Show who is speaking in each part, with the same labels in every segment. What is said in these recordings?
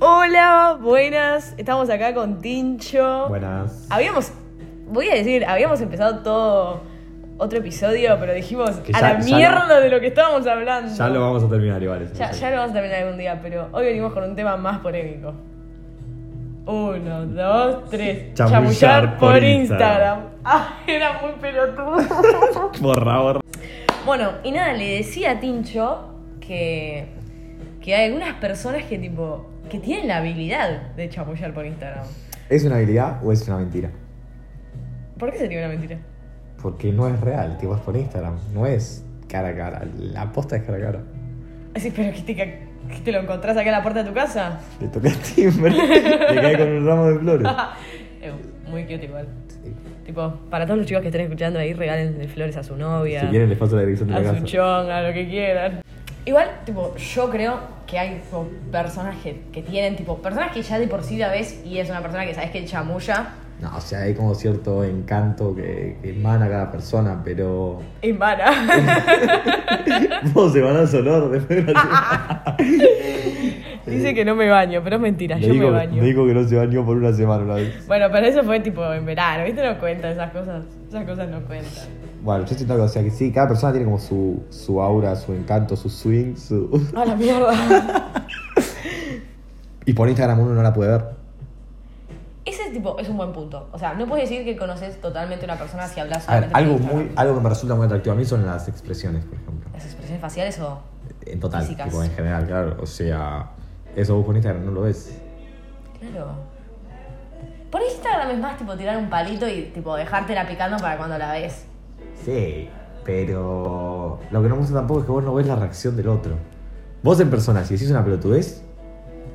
Speaker 1: Hola, buenas. Estamos acá con Tincho.
Speaker 2: Buenas.
Speaker 1: Habíamos, voy a decir, habíamos empezado todo otro episodio, pero dijimos
Speaker 2: Que
Speaker 1: a
Speaker 2: ya-
Speaker 1: la
Speaker 2: ya lo-
Speaker 1: mierda de lo que estábamos hablando.
Speaker 2: Ya lo vamos a terminar igual. eso
Speaker 1: ya,
Speaker 2: sí.
Speaker 1: ya lo vamos a terminar algún día, pero hoy venimos con un tema más polémico. Uno, dos, tres.
Speaker 2: Chamullar por Instagram.
Speaker 1: Ah, era muy pelotudo.
Speaker 2: Borra, borra.
Speaker 1: Bueno, y nada, le decía a Tincho que, que hay algunas personas que tipo que tienen la habilidad de chamullar por Instagram.
Speaker 2: ¿Es una habilidad o es una mentira?
Speaker 1: ¿Por qué sería una mentira?
Speaker 2: Porque no es real, tipo es por Instagram, no es cara a cara. La posta es cara a cara.
Speaker 1: Así, pero que te, que te lo encontrás acá en la puerta de tu casa.
Speaker 2: Le toqué el timbre, le cae con un ramo de flores.
Speaker 1: Eh, muy cute igual.
Speaker 2: Sí.
Speaker 1: Tipo, para todos los chicos que estén escuchando ahí, regalen flores a su novia,
Speaker 2: Si quieren les paso la dirección de la
Speaker 1: a
Speaker 2: casa.
Speaker 1: su chon, a lo que quieran. Igual, tipo, yo creo que hay tipo, personas que, que tienen, tipo, personas que ya de por sí la ves y es una persona que sabes que chamulla.
Speaker 2: No, o sea, hay como cierto encanto que, que emana cada persona, pero...
Speaker 1: Y vana.
Speaker 2: Vos se van al olor después de una
Speaker 1: Dice que no me baño, pero es mentira,
Speaker 2: semana.
Speaker 1: yo
Speaker 2: Le digo,
Speaker 1: me baño.
Speaker 2: le digo que no se bañó por una semana una vez.
Speaker 1: Bueno, pero eso fue tipo en verano, ¿viste? No cuenta esas cosas. Esas cosas no cuentan.
Speaker 2: Bueno, yo siento que, o sea, que sí, cada persona tiene como su, su aura, su encanto, su swing, su...
Speaker 1: A la mierda.
Speaker 2: Y por Instagram uno no la puede ver.
Speaker 1: Ese tipo es un buen punto. O sea, no puedes decir que conoces totalmente a una persona si hablas
Speaker 2: A ver,
Speaker 1: solamente por
Speaker 2: algo,
Speaker 1: Instagram.
Speaker 2: muy, algo que me resulta muy atractivo a mí son las expresiones, por ejemplo.
Speaker 1: ¿Las expresiones faciales o...?
Speaker 2: En total,
Speaker 1: Físicas.
Speaker 2: tipo, en general, claro. O sea, eso vos por Instagram no lo ves.
Speaker 1: Claro. Por Instagram es más tipo tirar un palito y tipo dejártela picando para cuando la ves.
Speaker 2: Sí, pero lo que no me gusta tampoco es que vos no ves la reacción del otro. Vos en persona, si decís una pelotudez,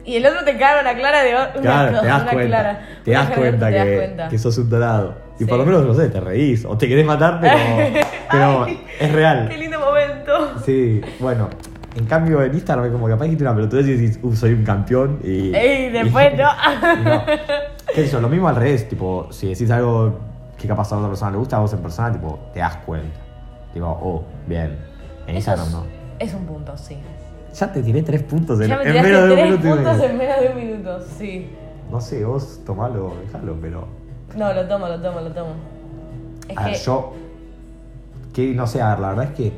Speaker 1: Y el otro te caga una clara de... Una,
Speaker 2: claro, te das
Speaker 1: una
Speaker 2: cuenta.
Speaker 1: clara.
Speaker 2: Te das
Speaker 1: Una
Speaker 2: cuenta,
Speaker 1: clara,
Speaker 2: que,
Speaker 1: te das cuenta.
Speaker 2: que sos un tarado.
Speaker 1: Sí.
Speaker 2: Y por lo menos, no sé, te reís o te querés matar, pero, pero
Speaker 1: Ay.
Speaker 2: es real.
Speaker 1: Qué lindo momento.
Speaker 2: Sí, bueno. En cambio, en Instagram es como capaz dijiste una pelotudez y decís, uff, soy un campeón. Y,
Speaker 1: Ey, después no.
Speaker 2: y no. ¿Qué sé yo? Lo mismo al revés, tipo, si decís algo que capaz a otra persona le gusta, a vos en persona, tipo, te das cuenta. Tipo, oh, bien. En
Speaker 1: Eso
Speaker 2: Instagram
Speaker 1: es-
Speaker 2: no.
Speaker 1: Es un punto, sí.
Speaker 2: Ya te tiré tres puntos en,
Speaker 1: Ya me
Speaker 2: en
Speaker 1: tiraste
Speaker 2: menos de un
Speaker 1: tres
Speaker 2: minuto y
Speaker 1: puntos
Speaker 2: medio.
Speaker 1: en menos de un minuto, sí.
Speaker 2: No sé, vos tomalo, dejalo, pero.
Speaker 1: No, lo tomo, lo tomo, lo tomo. Es
Speaker 2: a
Speaker 1: que
Speaker 2: ver, Ah, yo. Que no sé, a ver, la verdad es que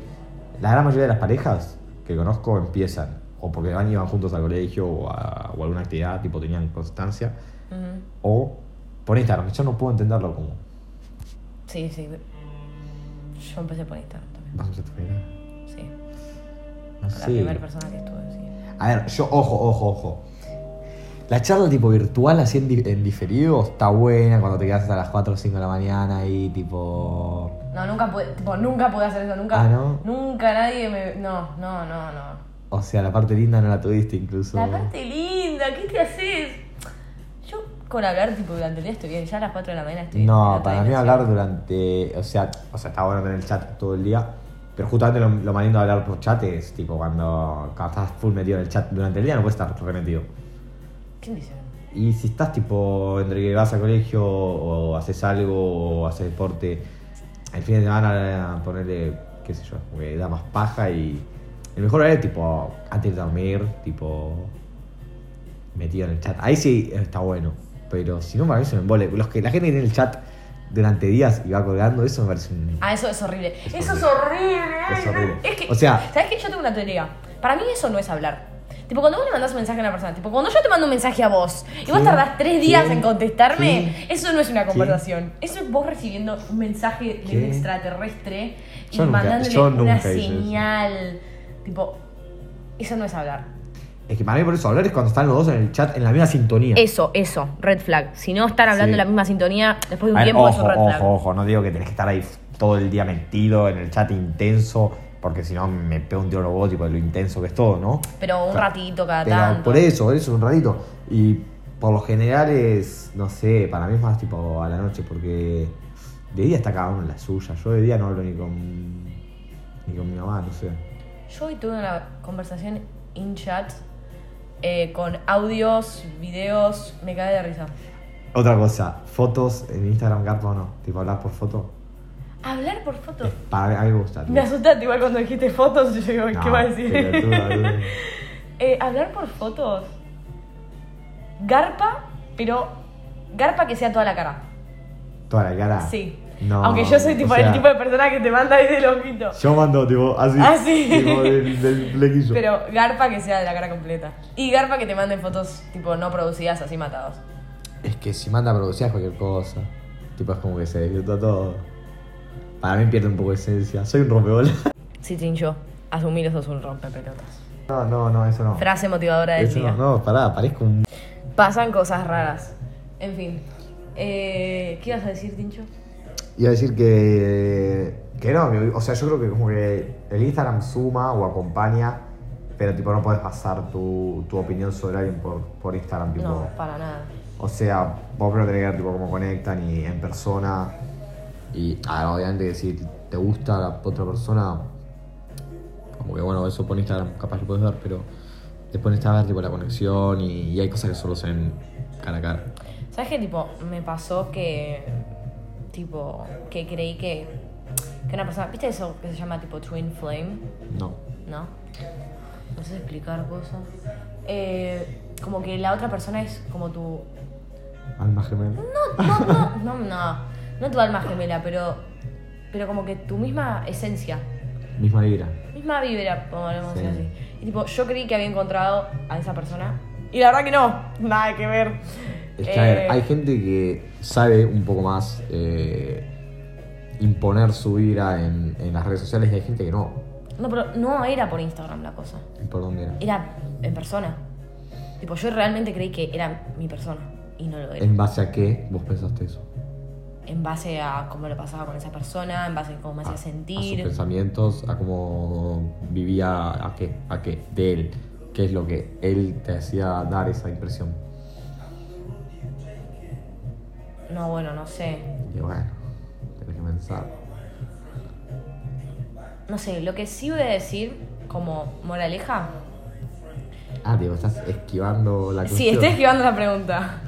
Speaker 2: la gran mayoría de las parejas que conozco empiezan. O porque van y van juntos al colegio o a, o a alguna actividad, tipo tenían constancia.
Speaker 1: Ujú.
Speaker 2: O por Instagram, yo no puedo entenderlo como.
Speaker 1: Sí, sí. Yo empecé por Instagram también.
Speaker 2: Vamos a terminar.
Speaker 1: Sí.
Speaker 2: No
Speaker 1: La
Speaker 2: sé.
Speaker 1: primera persona que estuve, sí.
Speaker 2: A ver, yo, ojo, ojo, ojo. La charla tipo virtual así en, di- en diferido está buena cuando te quedas hasta las 4 o 5 de la mañana ahí, tipo.
Speaker 1: No, nunca pude, tipo, nunca pude hacer eso, nunca.
Speaker 2: Ah, ¿no?
Speaker 1: Nunca nadie me. No, no, no, no.
Speaker 2: O sea, la parte linda no la tuviste incluso.
Speaker 1: La parte linda, ¿qué te haces? Yo con hablar tipo durante el día estoy bien, ya a las 4 de la mañana estoy bien. en
Speaker 2: No,
Speaker 1: otra
Speaker 2: para mí
Speaker 1: dimensión.
Speaker 2: hablar durante. O sea, o sea, está bueno tener el chat todo el día. Pero justamente lo, lo más lindo de hablar por chat es tipo cuando, cuando estás full metido en el chat durante el día no puedes estar re metido.
Speaker 1: ¿Quién dice?
Speaker 2: Y si estás tipo entre que vas al colegio o haces algo o haces deporte, el fin de semana eh, ponerle, qué sé yo, como que da más paja y el mejor horario es tipo antes de dormir, tipo metido en el chat. Ahí sí está bueno, pero si no me parece un embole. Los que, la gente que tiene el chat durante días y va colgando, eso me parece un...
Speaker 1: Ah, eso es horrible. eso es
Speaker 2: horrible.
Speaker 1: horrible.
Speaker 2: Es horrible.
Speaker 1: Es que,
Speaker 2: O sea-
Speaker 1: ¿sabes qué? Yo tengo una teoría. Para mí eso no es hablar. Tipo, cuando vos le mandás un mensaje a una persona, tipo, cuando yo te mando un mensaje a vos y vos
Speaker 2: Sí.
Speaker 1: tardás tres días
Speaker 2: Sí.
Speaker 1: en contestarme,
Speaker 2: Sí.
Speaker 1: eso no es una conversación. Eso es vos recibiendo un mensaje de un
Speaker 2: ¿Qué?
Speaker 1: extraterrestre y
Speaker 2: Yo nunca-
Speaker 1: mandándole
Speaker 2: yo
Speaker 1: una
Speaker 2: nunca hice eso.
Speaker 1: señal. Tipo, eso no es hablar.
Speaker 2: Es que para mí por eso hablar es cuando están los dos en el chat en la misma sintonía.
Speaker 1: Eso, eso, red flag. Si no están hablando
Speaker 2: Sí.
Speaker 1: en la misma sintonía, después de un
Speaker 2: A ver,
Speaker 1: tiempo eso es
Speaker 2: ojo,
Speaker 1: red flag.
Speaker 2: ojo, ojo, no digo que tenés que estar ahí todo el día metido en el chat intenso, porque si no me pego un tiro en los huevos, tipo, de lo intenso que es todo, ¿no?
Speaker 1: Pero un ratito cada
Speaker 2: Pero
Speaker 1: tanto.
Speaker 2: por eso, eso, un ratito. Y por lo general es, no sé, para mí es más tipo a la noche, porque de día está cada uno en la suya. Yo de día no hablo ni con, ni con mi mamá, no sé.
Speaker 1: Yo hoy tuve una conversación in chat eh, con audios, videos, me cae de risa.
Speaker 2: Otra cosa, fotos en Instagram, carpa o no, tipo hablar por foto.
Speaker 1: Hablar por fotos.
Speaker 2: Para mí, a mí me gusta. tipo.
Speaker 1: Me asustaste igual cuando dijiste fotos, yo digo, ¿qué
Speaker 2: No,
Speaker 1: va a decir?
Speaker 2: pelotuda, boludo.
Speaker 1: Eh, hablar por fotos. garpa, pero garpa que sea toda la cara.
Speaker 2: Toda la cara.
Speaker 1: Sí.
Speaker 2: No,
Speaker 1: Aunque yo soy tipo
Speaker 2: o sea,
Speaker 1: el tipo de persona que te manda desde el ojito.
Speaker 2: Yo mando, tipo, así.
Speaker 1: Así.
Speaker 2: Tipo, del, del flequillo.
Speaker 1: Ah, Pero garpa que sea de la cara completa. Y garpa que te manden fotos tipo no producidas, así matados.
Speaker 2: Es que si manda producidas cualquier cosa. Tipo, es como que se desvirtúa todo. Para mí pierde un poco de esencia. Soy un rompebola.
Speaker 1: Sí, trincho. Asumir eso es un rompepelotas.
Speaker 2: No, no, no, eso no.
Speaker 1: Frase motivadora del
Speaker 2: Eso
Speaker 1: día.
Speaker 2: no, no, pará, parezco un.
Speaker 1: Pasan cosas raras. En fin. Eh, ¿Qué ibas a decir, Tincho?
Speaker 2: Iba a decir que. Que no, que- o sea, yo creo que como que el Instagram suma o acompaña, pero tipo no puedes pasar tu, tu opinión sobre alguien por, por Instagram, tipo.
Speaker 1: No, para nada.
Speaker 2: O sea, vos primero tenés que ver tipo, cómo conectan y en persona. Y a ver, obviamente que si te gusta la otra persona, como que bueno, eso por Instagram capaz lo puedes ver, pero después necesitas ver tipo la conexión y, y hay cosas que solo se ven cara a cara.
Speaker 1: ¿Sabes qué? Tipo, me pasó que. Tipo, que creí que. Que una persona. ¿Viste eso que se llama tipo Twin Flame?
Speaker 2: No.
Speaker 1: ¿No? No sé explicar cosas. Eh, como que la otra persona es como tu.
Speaker 2: Alma gemela.
Speaker 1: No, no, no, no. No tu alma gemela, pero. Pero como que tu misma esencia.
Speaker 2: Misma vibra.
Speaker 1: misma vibra, podemos decir
Speaker 2: Sí.
Speaker 1: así. Y tipo, yo creí que había encontrado a esa persona. Y la verdad que no, nada que ver.
Speaker 2: Es que a ver,
Speaker 1: Eh,
Speaker 2: hay gente que sabe un poco más eh, imponer su vibra en, en las redes sociales y hay gente que no.
Speaker 1: No, pero no era por Instagram la cosa.
Speaker 2: ¿Y ¿Por dónde era?
Speaker 1: Era en persona. Tipo, yo realmente creí que era mi persona. Y no lo era.
Speaker 2: ¿En base a qué vos pensaste eso?
Speaker 1: En base a cómo lo pasaba con esa persona, en base a cómo me hacía
Speaker 2: a- A
Speaker 1: sentir.
Speaker 2: sus pensamientos, a cómo vivía, a qué, a qué, de él. ¿Qué es lo que él te hacía dar esa impresión?
Speaker 1: No, bueno, no sé.
Speaker 2: Y bueno, tenés que pensar.
Speaker 1: No sé, lo que sí voy a decir, como moraleja.
Speaker 2: Ah, digo, estás esquivando la
Speaker 1: Sí,
Speaker 2: cuestión.
Speaker 1: estoy esquivando la pregunta.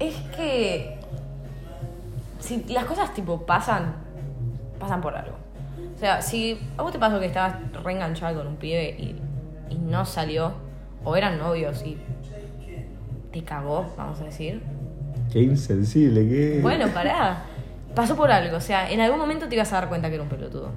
Speaker 1: es que. Si las cosas tipo pasan, pasan por algo. O sea, si a vos te pasó que estabas reenganchada con un pibe y, y no salió, o eran novios y te cagó, vamos a decir.
Speaker 2: Qué insensible, qué...
Speaker 1: Bueno, pará. Pasó por algo, o sea, en algún momento te ibas a dar cuenta que era un pelotudo.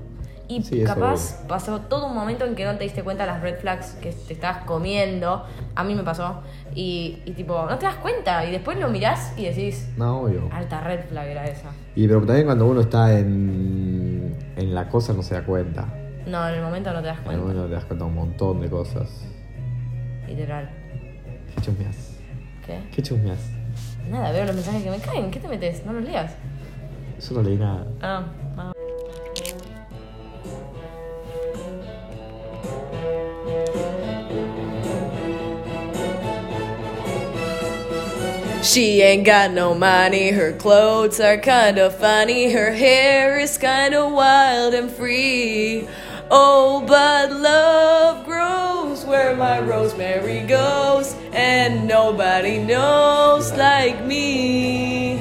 Speaker 1: Y
Speaker 2: Sí, eso
Speaker 1: capaz
Speaker 2: seguro.
Speaker 1: pasó todo un momento en que no te diste cuenta las red flags que te estabas comiendo. A mí me pasó. Y, y tipo, no te das cuenta. Y después lo mirás y decís,
Speaker 2: No, obvio.
Speaker 1: alta red flag era esa.
Speaker 2: Y pero también cuando uno está en, en la cosa no se da cuenta.
Speaker 1: No, en el momento no te das
Speaker 2: En el
Speaker 1: cuenta.
Speaker 2: momento te das cuenta de un montón de cosas.
Speaker 1: Literal.
Speaker 2: ¿Qué chusmeas?
Speaker 1: ¿Qué?
Speaker 2: ¿Qué chusmeas?
Speaker 1: Nada, veo los mensajes que me caen. ¿Qué te metes? No los leas.
Speaker 2: Yo no leí nada.
Speaker 1: Ah, ah. She ain't got no money, her clothes are kinda funny, her hair is kinda wild and free. Oh, but love grows where my rosemary goes, and nobody knows like me.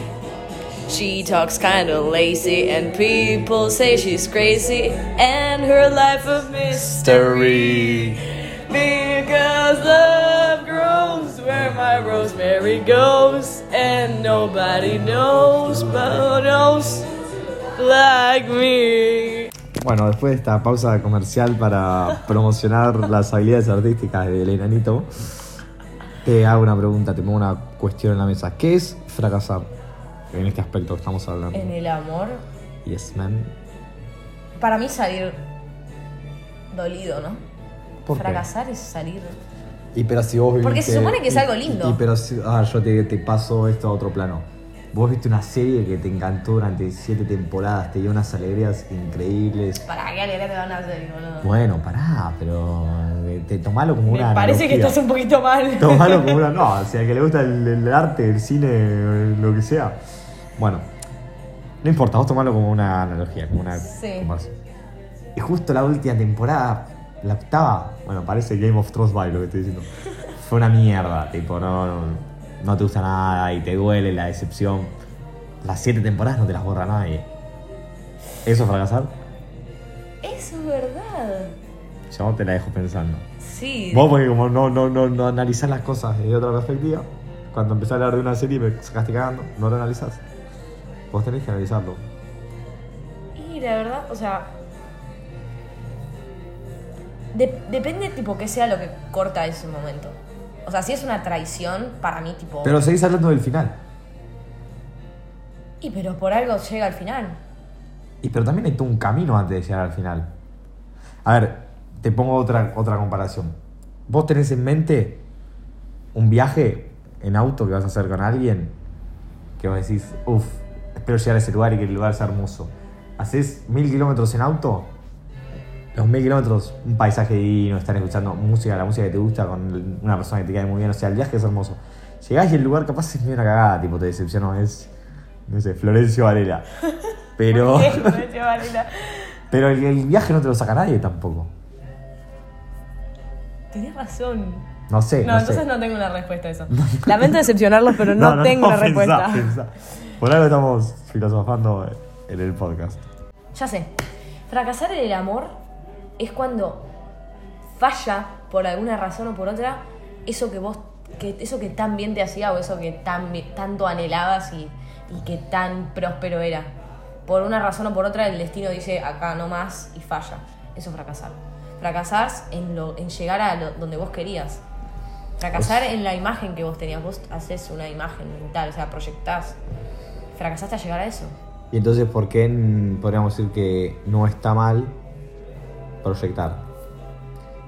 Speaker 1: She talks kinda lazy, and people say she's crazy, and her life of mystery. Because love grows where my rosemary goes, and nobody knows but knows like me.
Speaker 2: Bueno, después de esta pausa comercial para promocionar las habilidades artísticas del enanito, te hago una pregunta, te pongo una cuestión en la mesa. ¿Qué es fracasar en este aspecto que estamos hablando?
Speaker 1: En el amor,
Speaker 2: Yes, man.
Speaker 1: para mí salir dolido, ¿no?
Speaker 2: ¿Por qué?
Speaker 1: Fracasar es salir.
Speaker 2: Y pero si vos
Speaker 1: Porque
Speaker 2: viviste-
Speaker 1: se supone que es
Speaker 2: y-
Speaker 1: algo lindo.
Speaker 2: Y, pero si- ah, yo te, te paso esto a otro plano. Vos viste una serie que te encantó durante siete temporadas, te dio unas alegrías increíbles.
Speaker 1: ¿Para qué alegría te van a hacer, boludo?
Speaker 2: Bueno, pará, pero eh, te tomalo como una.
Speaker 1: Me parece que
Speaker 2: analogía.
Speaker 1: estás un poquito mal.
Speaker 2: Tomarlo como una. No, si al que le gusta el, el arte, el cine, lo que sea. Bueno, no importa, vos tomarlo como una analogía, como una.
Speaker 1: Sí.
Speaker 2: comparación. Y justo la última temporada, la octava, bueno, parece Game of Thrones by lo que estoy diciendo. Fue una mierda, tipo, no, no, no te gusta nada y te duele la decepción. Las siete temporadas no te las borra nadie. ¿Eso es fracasar?
Speaker 1: Eso es verdad.
Speaker 2: Yo te la dejo pensando.
Speaker 1: Sí.
Speaker 2: Vos porque como no, no, no, no analizás las cosas desde otra perspectiva. Cuando empecé a hablar de una serie me sacaste cagando, no lo analizás. Vos tenés que analizarlo.
Speaker 1: Y la verdad, o sea. de- depende, tipo, qué sea lo que corta ese momento. O sea, si es una traición, para mí, tipo.
Speaker 2: Pero seguís hablando del final.
Speaker 1: Y pero por algo llega al final.
Speaker 2: Y pero también hay todo un camino antes de llegar al final. A ver, te pongo otra, otra comparación. Vos tenés en mente un viaje en auto que vas a hacer con alguien que vos decís, uff, espero llegar a ese lugar y que el lugar sea hermoso. Haces mil kilómetros en auto, los mil kilómetros, un paisaje divino, están escuchando música, la música que te gusta, con una persona que te cae muy bien, o sea, el viaje es hermoso. Llegás y el lugar capaz es medio una cagada, tipo, te decepcionó, es, no sé, Florencio Varela. Pero... Pero el, el viaje no te lo saca nadie tampoco.
Speaker 1: Tenés razón.
Speaker 2: No sé.
Speaker 1: No,
Speaker 2: No,
Speaker 1: entonces no tengo una respuesta a eso. Lamento decepcionarlos, pero
Speaker 2: No,
Speaker 1: no,
Speaker 2: no,
Speaker 1: tengo
Speaker 2: no,
Speaker 1: una
Speaker 2: pensá,
Speaker 1: respuesta.
Speaker 2: pensá. Por algo estamos filosofando en el podcast.
Speaker 1: Ya sé. Fracasar en el amor es cuando falla por alguna razón o por otra eso que vos, que, eso que tan bien te hacía o eso que tan, bi- tanto anhelabas y, y que tan próspero era. Por una razón o por otra el destino dice acá no más y falla. Eso es fracasar. Fracasar en, lo, en llegar a lo- donde vos querías. Fracasar en la imagen que vos tenías. Vos haces una imagen mental, o sea, proyectás. Fracasaste a llegar a eso.
Speaker 2: Y entonces, ¿por qué mm, podríamos decir que no está mal proyectar?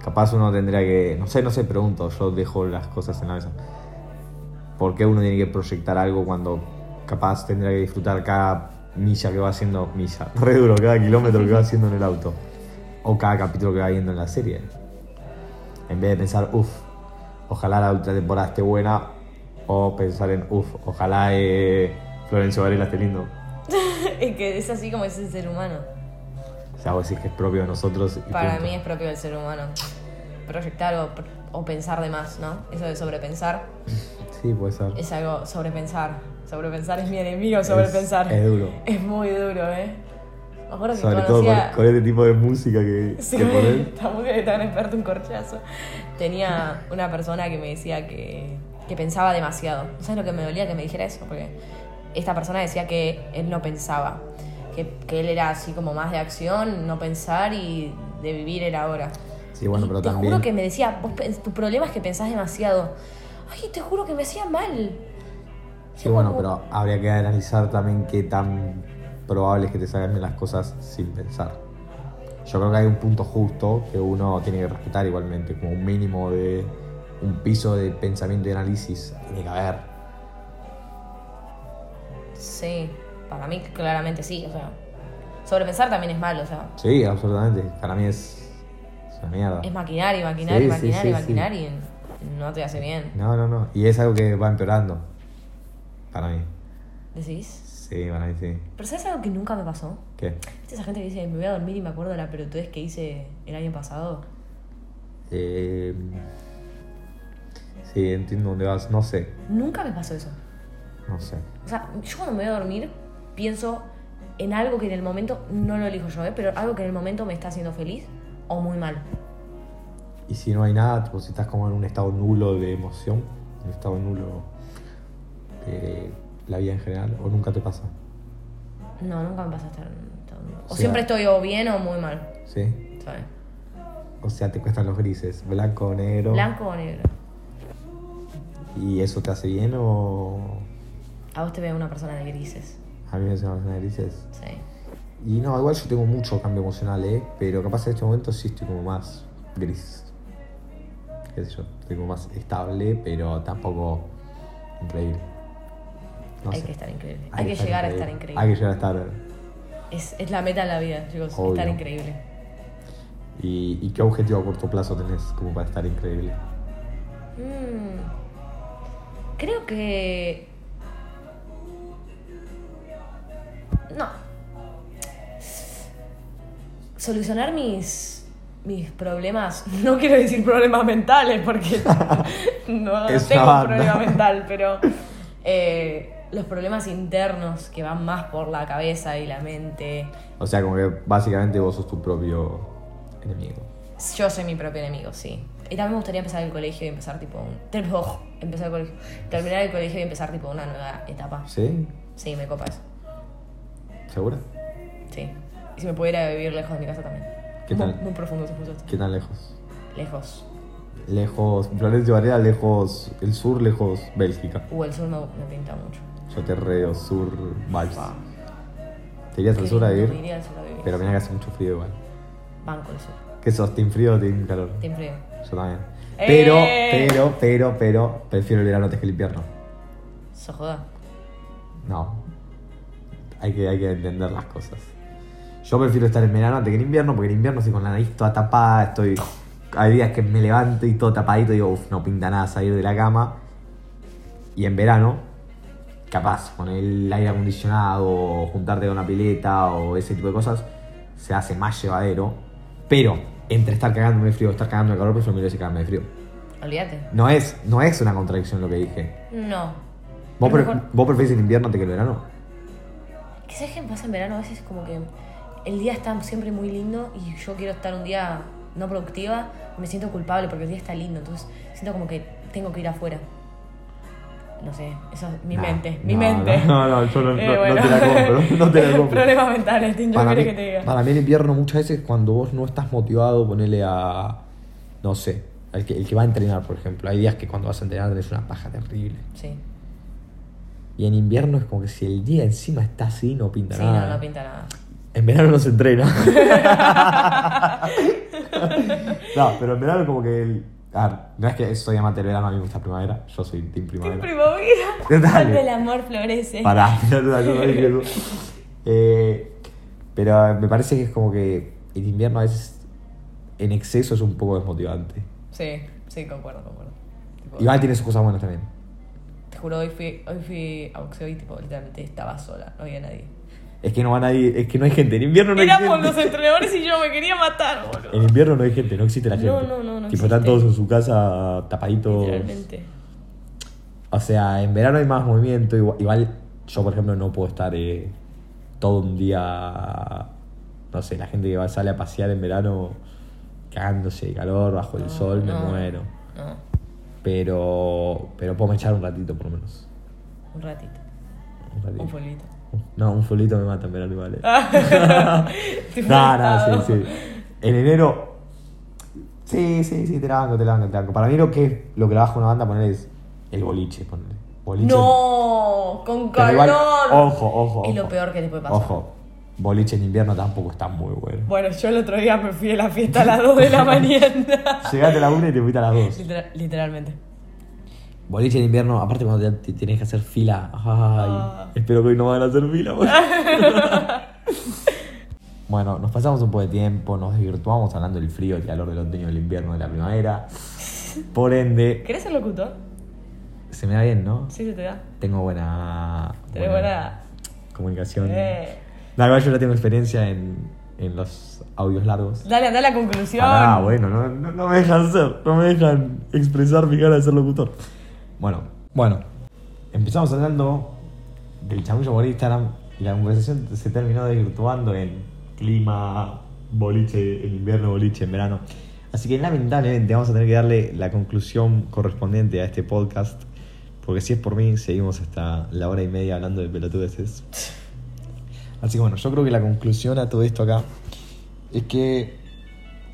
Speaker 2: Capaz uno tendría que. No sé, no sé, pregunto. Yo dejo las cosas en la mesa. ¿Por qué uno tiene que proyectar algo cuando capaz tendría que disfrutar cada milla que va haciendo milla? Re duro, cada kilómetro que va haciendo en el auto. O cada capítulo que va viendo en la serie. En vez de pensar, uff, ojalá la otra temporada esté buena. O pensar en, uff, ojalá eh, Florencio Varela esté lindo.
Speaker 1: Y que es así como es el ser humano.
Speaker 2: O sea, vos decís que es propio de nosotros. y
Speaker 1: Para
Speaker 2: punto.
Speaker 1: mí es propio del ser humano. Proyectar o, pr- o pensar de más, ¿no? Eso de sobrepensar
Speaker 2: Sí, pues puede ser.
Speaker 1: es algo. Sobrepensar. Sobrepensar es mi enemigo, sobrepensar.
Speaker 2: es duro.
Speaker 1: Es muy duro, ¿eh? Me acuerdo que
Speaker 2: Sobre todo con,
Speaker 1: conocía.
Speaker 2: con este tipo de música que,
Speaker 1: Sí,
Speaker 2: que ponés.
Speaker 1: tampoco que tan experto un corchazo. Tenía una persona que me decía que, que pensaba demasiado. ¿No sabes lo que me dolía que me dijera eso? Porque esta persona decía que él no pensaba. Que, que él era así como más de acción, no pensar y de vivir el ahora.
Speaker 2: Sí, bueno,
Speaker 1: Y
Speaker 2: pero
Speaker 1: te
Speaker 2: también.
Speaker 1: juro que me decía, vos, pens- tu problema es que pensás demasiado. Ay, te juro que me hacía mal.
Speaker 2: Sí, bueno, pero habría que analizar también qué tan probable es que te salgan bien las cosas sin pensar. Yo creo que hay un punto justo que uno tiene que respetar igualmente, como un mínimo de. un piso de pensamiento y análisis. Tiene que haber.
Speaker 1: Sí, para mí claramente sí, o sea. Sobrepensar también es malo, o sea.
Speaker 2: Sí, absolutamente. Para mí es. es una mierda.
Speaker 1: Es maquinar y maquinar y
Speaker 2: Sí, sí,
Speaker 1: maquinar y
Speaker 2: sí,
Speaker 1: maquinar y no te hace bien.
Speaker 2: No, no, no. Y es algo que va empeorando. Para mí.
Speaker 1: ¿Decís?
Speaker 2: Sí, para mí sí.
Speaker 1: Pero ¿sabes algo que nunca me pasó?
Speaker 2: ¿Qué?
Speaker 1: ¿Viste esa gente que dice, me voy a dormir y me acuerdo de la pelotudez que hice el año pasado?
Speaker 2: Eh, sí, entiendo dónde vas. No sé.
Speaker 1: Nunca me pasó eso.
Speaker 2: No sé.
Speaker 1: O sea, yo cuando me voy a dormir pienso en algo que en el momento, no lo elijo yo, ¿eh? pero algo que en el momento me está haciendo feliz o muy mal.
Speaker 2: Y si no hay nada, tipo, si estás como en un estado nulo de emoción, un estado nulo de la vida en general, o nunca te pasa.
Speaker 1: No, nunca me pasa estar... estar- O
Speaker 2: sea-
Speaker 1: siempre estoy o bien o muy mal,
Speaker 2: ¿Sí?
Speaker 1: ¿sabes?
Speaker 2: O sea, te cuestan los grises, blanco, negro.
Speaker 1: Blanco o negro.
Speaker 2: ¿Y eso te hace bien o.?
Speaker 1: A vos te veo una persona de grises,
Speaker 2: A mí me hace una persona de grises.
Speaker 1: ¿sí?
Speaker 2: Y no, igual yo tengo mucho cambio emocional, ¿eh? Pero capaz en este momento sí estoy como más gris. Qué sé yo, estoy como más estable, pero tampoco increíble. No
Speaker 1: Hay
Speaker 2: sé.
Speaker 1: que estar increíble.
Speaker 2: Hay
Speaker 1: Hay, que
Speaker 2: estar
Speaker 1: llegar a estar
Speaker 2: Hay
Speaker 1: increíble.
Speaker 2: que llegar a estar.
Speaker 1: Es, es la meta de la vida, chicos,
Speaker 2: Obvio.
Speaker 1: estar increíble.
Speaker 2: ¿Y, y qué objetivo a corto plazo tenés como para estar increíble?
Speaker 1: Mm. Creo que. No. Solucionar mis. mis problemas. No quiero decir problemas mentales, porque no
Speaker 2: Es
Speaker 1: tengo
Speaker 2: una
Speaker 1: un
Speaker 2: banda.
Speaker 1: problema mental, pero. eh, los problemas internos que van más por la cabeza y la mente.
Speaker 2: O sea, como que básicamente vos sos tu propio enemigo.
Speaker 1: Yo soy mi propio enemigo, sí. Y también me gustaría empezar el colegio y empezar tipo un... ter- ojo, empezar el colegio. Terminar el colegio y empezar tipo una nueva etapa.
Speaker 2: ¿Sí?
Speaker 1: Sí, me copa eso.
Speaker 2: ¿Segura?
Speaker 1: Sí. Y si me pudiera vivir lejos de mi casa también.
Speaker 2: ¿Qué
Speaker 1: muy,
Speaker 2: tal?
Speaker 1: muy profundo se puso esto.
Speaker 2: ¿Qué tan lejos?
Speaker 1: Lejos.
Speaker 2: Lejos, Florencio Varela, lejos el sur, lejos Bélgica.
Speaker 1: Uh, el sur no me pinta mucho.
Speaker 2: Yo te reo, sur, vibes.
Speaker 1: Fa.
Speaker 2: Te irías
Speaker 1: Qué
Speaker 2: al sur a
Speaker 1: lindo, me
Speaker 2: vivir,
Speaker 1: iría al sur a vivir.
Speaker 2: pero mira que hace mucho frío igual.
Speaker 1: Banco el sur.
Speaker 2: ¿Qué sos, team frío o team calor?
Speaker 1: Siempre.
Speaker 2: Yo también.
Speaker 1: ¡Eh!
Speaker 2: Pero, pero, pero, pero, prefiero el verano antes que el invierno.
Speaker 1: Se joda.
Speaker 2: No. Hay que, hay que entender las cosas. Yo prefiero estar en verano antes que en invierno, porque en invierno estoy con la nariz toda tapada, estoy... Hay días que me levanto y todo tapadito y digo, uff, no pinta nada salir de la cama. Y en verano, capaz, con el aire acondicionado, o juntarte con una pileta o ese tipo de cosas, se hace más llevadero. Pero entre estar cagándome de frío y estar cagando de calor, prefiero mil veces cagarme de frío.
Speaker 1: Olvídate.
Speaker 2: No es, no es una contradicción lo que dije.
Speaker 1: No.
Speaker 2: ¿Vos,
Speaker 1: A lo
Speaker 2: pre-
Speaker 1: mejor-
Speaker 2: ¿Vos preferís el invierno antes que el verano?
Speaker 1: ¿Qué sabes qué me pasa en verano? A veces como que el día está siempre muy lindo y yo quiero estar un día no productiva y me siento culpable porque el día está lindo. Entonces siento como que tengo que ir afuera. No sé, eso es mi
Speaker 2: Nah,
Speaker 1: mente, mi
Speaker 2: no,
Speaker 1: mente. Eh,
Speaker 2: no, no, yo no- no- no te la compro, no te la compro.
Speaker 1: Problemas mentales, Tim, yo
Speaker 2: para, mí,
Speaker 1: quiero que te diga.
Speaker 2: para mí el invierno muchas veces cuando vos no estás motivado, ponele a, no sé, el que, el que va a entrenar, por ejemplo. Hay días que cuando vas a entrenar tenés una paja terrible.
Speaker 1: Sí,
Speaker 2: Y en invierno es como que si el día encima está así, no pinta
Speaker 1: sí,
Speaker 2: nada.
Speaker 1: no, no pinta nada.
Speaker 2: En verano no se entrena. no, pero en verano como que... el- a ver, no es que soy amante del verano, a mí me gusta primavera. Yo soy team primavera.
Speaker 1: Tim Primavera,
Speaker 2: Dale.
Speaker 1: cuando el amor florece.
Speaker 2: Pará, no, no, no, no dije eso. Eh, pero me parece que es como que el invierno a veces en exceso es un poco desmotivante.
Speaker 1: Sí, sí, concuerdo, concuerdo. Tipo,
Speaker 2: Igual tiene sus cosas buenas también.
Speaker 1: Te juro, hoy fui, hoy fui a boxeo y tipo, literalmente estaba sola, no había nadie.
Speaker 2: Es que no van a ir, es que no hay gente. En invierno no hay
Speaker 1: Éramos los
Speaker 2: gente.
Speaker 1: entrenadores y yo me quería matar, boludo.
Speaker 2: En invierno no hay gente, no existe la gente.
Speaker 1: No, no, no, no
Speaker 2: Tipo, están
Speaker 1: existe.
Speaker 2: todos en su casa tapaditos.
Speaker 1: Literalmente.
Speaker 2: O sea, en verano hay más movimiento. Igual, igual yo, por ejemplo, no puedo estar eh, todo un día. No sé, la gente que va, sale a pasear en verano cagándose de calor, bajo el sol, me
Speaker 1: no.
Speaker 2: muero.
Speaker 1: No,
Speaker 2: Pero, pero puedo echar un ratito, por lo menos.
Speaker 1: un ratito.
Speaker 2: Un ratito.
Speaker 1: Un Ah, folito.
Speaker 2: No, un fulito me mata en verano igual. eh.
Speaker 1: Tipo,
Speaker 2: No,
Speaker 1: estado.
Speaker 2: no, sí, sí. En enero. Sí, sí, sí, te la banco, te la banco, te la banco. Para mí lo que, lo que la baja una banda poner es el boliche, poner. Boliche
Speaker 1: No, con
Speaker 2: Pero
Speaker 1: calor.
Speaker 2: igual, ojo, ojo.
Speaker 1: Es lo
Speaker 2: ojo.
Speaker 1: peor que te puede pasar.
Speaker 2: Ojo, boliche en invierno tampoco está muy bueno.
Speaker 1: Bueno, yo el otro día me fui a la fiesta a las 2 de la mañana.
Speaker 2: Llegaste a la una y te fuiste a las dos.
Speaker 1: Literal- literalmente.
Speaker 2: Boliche en invierno, aparte cuando te, te tenés que hacer fila. Ay,
Speaker 1: Ah.
Speaker 2: espero que hoy no van a hacer fila. porque- bueno, nos pasamos un poco de tiempo, nos desvirtuamos hablando del frío, el calor del otoño, del invierno, de la primavera. Por ende,
Speaker 1: ¿Querés ser locutor?
Speaker 2: se me da bien, ¿no?
Speaker 1: Sí, se te da.
Speaker 2: Tengo buena.
Speaker 1: Tenés buena-
Speaker 2: Comunicación.
Speaker 1: Eh.
Speaker 2: No, igual yo no tengo experiencia en, en los audios largos.
Speaker 1: Dale, anda a la conclusión.
Speaker 2: Ah, bueno, no, no- no me dejan ser, no me dejan expresar mi cara de ser locutor. Bueno, bueno, empezamos hablando del chamullo por Instagram y la conversación se terminó desvirtuando en clima, boliche, en invierno, boliche, en verano. Así que lamentablemente vamos a tener que darle la conclusión correspondiente a este podcast, porque si es por mí, seguimos hasta la hora y media hablando de pelotudeces. Así que bueno, yo creo que la conclusión a todo esto acá es que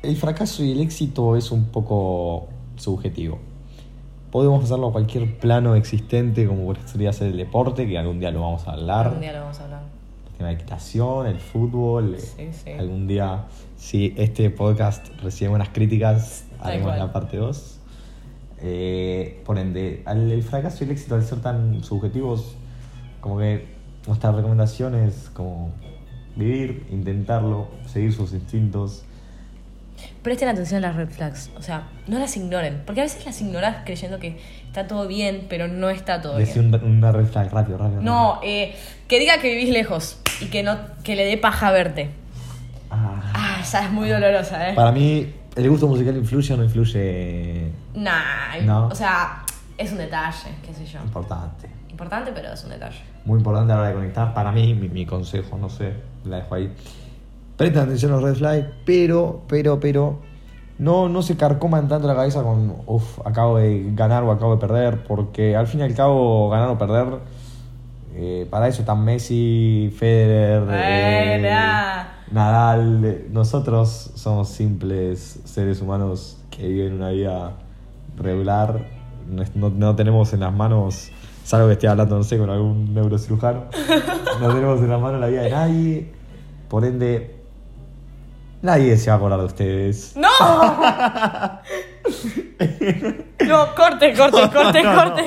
Speaker 2: el fracaso y el éxito es un poco subjetivo. Podemos hacerlo a cualquier plano existente, como podría ser el deporte, que algún día lo vamos a hablar.
Speaker 1: Un día lo vamos a hablar.
Speaker 2: El tema de equitación, el fútbol. eh,
Speaker 1: Sí, sí.
Speaker 2: Algún día, si este podcast recibe buenas críticas,
Speaker 1: Tal
Speaker 2: haremos
Speaker 1: cual.
Speaker 2: la parte 2. por ende, al- el fracaso y el éxito, al ser tan subjetivos, como que nuestra recomendación es como vivir, intentarlo, seguir sus instintos.
Speaker 1: Presten atención a las red flags, o sea, no las ignoren, porque a veces las ignorás creyendo que está todo bien, pero no está todo
Speaker 2: Decir
Speaker 1: bien.
Speaker 2: un- una red flag rápido, rápido.
Speaker 1: No, eh, que diga que vivís lejos y que no que le dé paja verte.
Speaker 2: rápido. Ah.
Speaker 1: Ah, esa es muy dolorosa, ¿eh?
Speaker 2: Para mí, ¿el gusto musical influye o no influye?
Speaker 1: Nah,
Speaker 2: No.
Speaker 1: o sea, es un detalle, qué sé yo.
Speaker 2: Importante.
Speaker 1: Importante, pero es un detalle.
Speaker 2: muy importante a la hora de conectar. Para mí, mi, mi consejo, no sé, la dejo ahí. Presten atención a los red flags, pero, pero, pero, no, no se carcoman tanto la cabeza con, uff, acabo de ganar o acabo de perder, porque al fin y al cabo ganar o perder, eh, para eso están Messi, Federer, eh,
Speaker 1: Buena.
Speaker 2: Nadal, eh, nosotros somos simples seres humanos que viven una vida regular, no, es- no- no tenemos en las manos, salvo que esté hablando, no sé, con algún neurocirujano, no tenemos en las manos la vida de nadie, por ende... Nadie se va a acordar de ustedes.
Speaker 1: ¡No! No, corte, corte, corte, corte.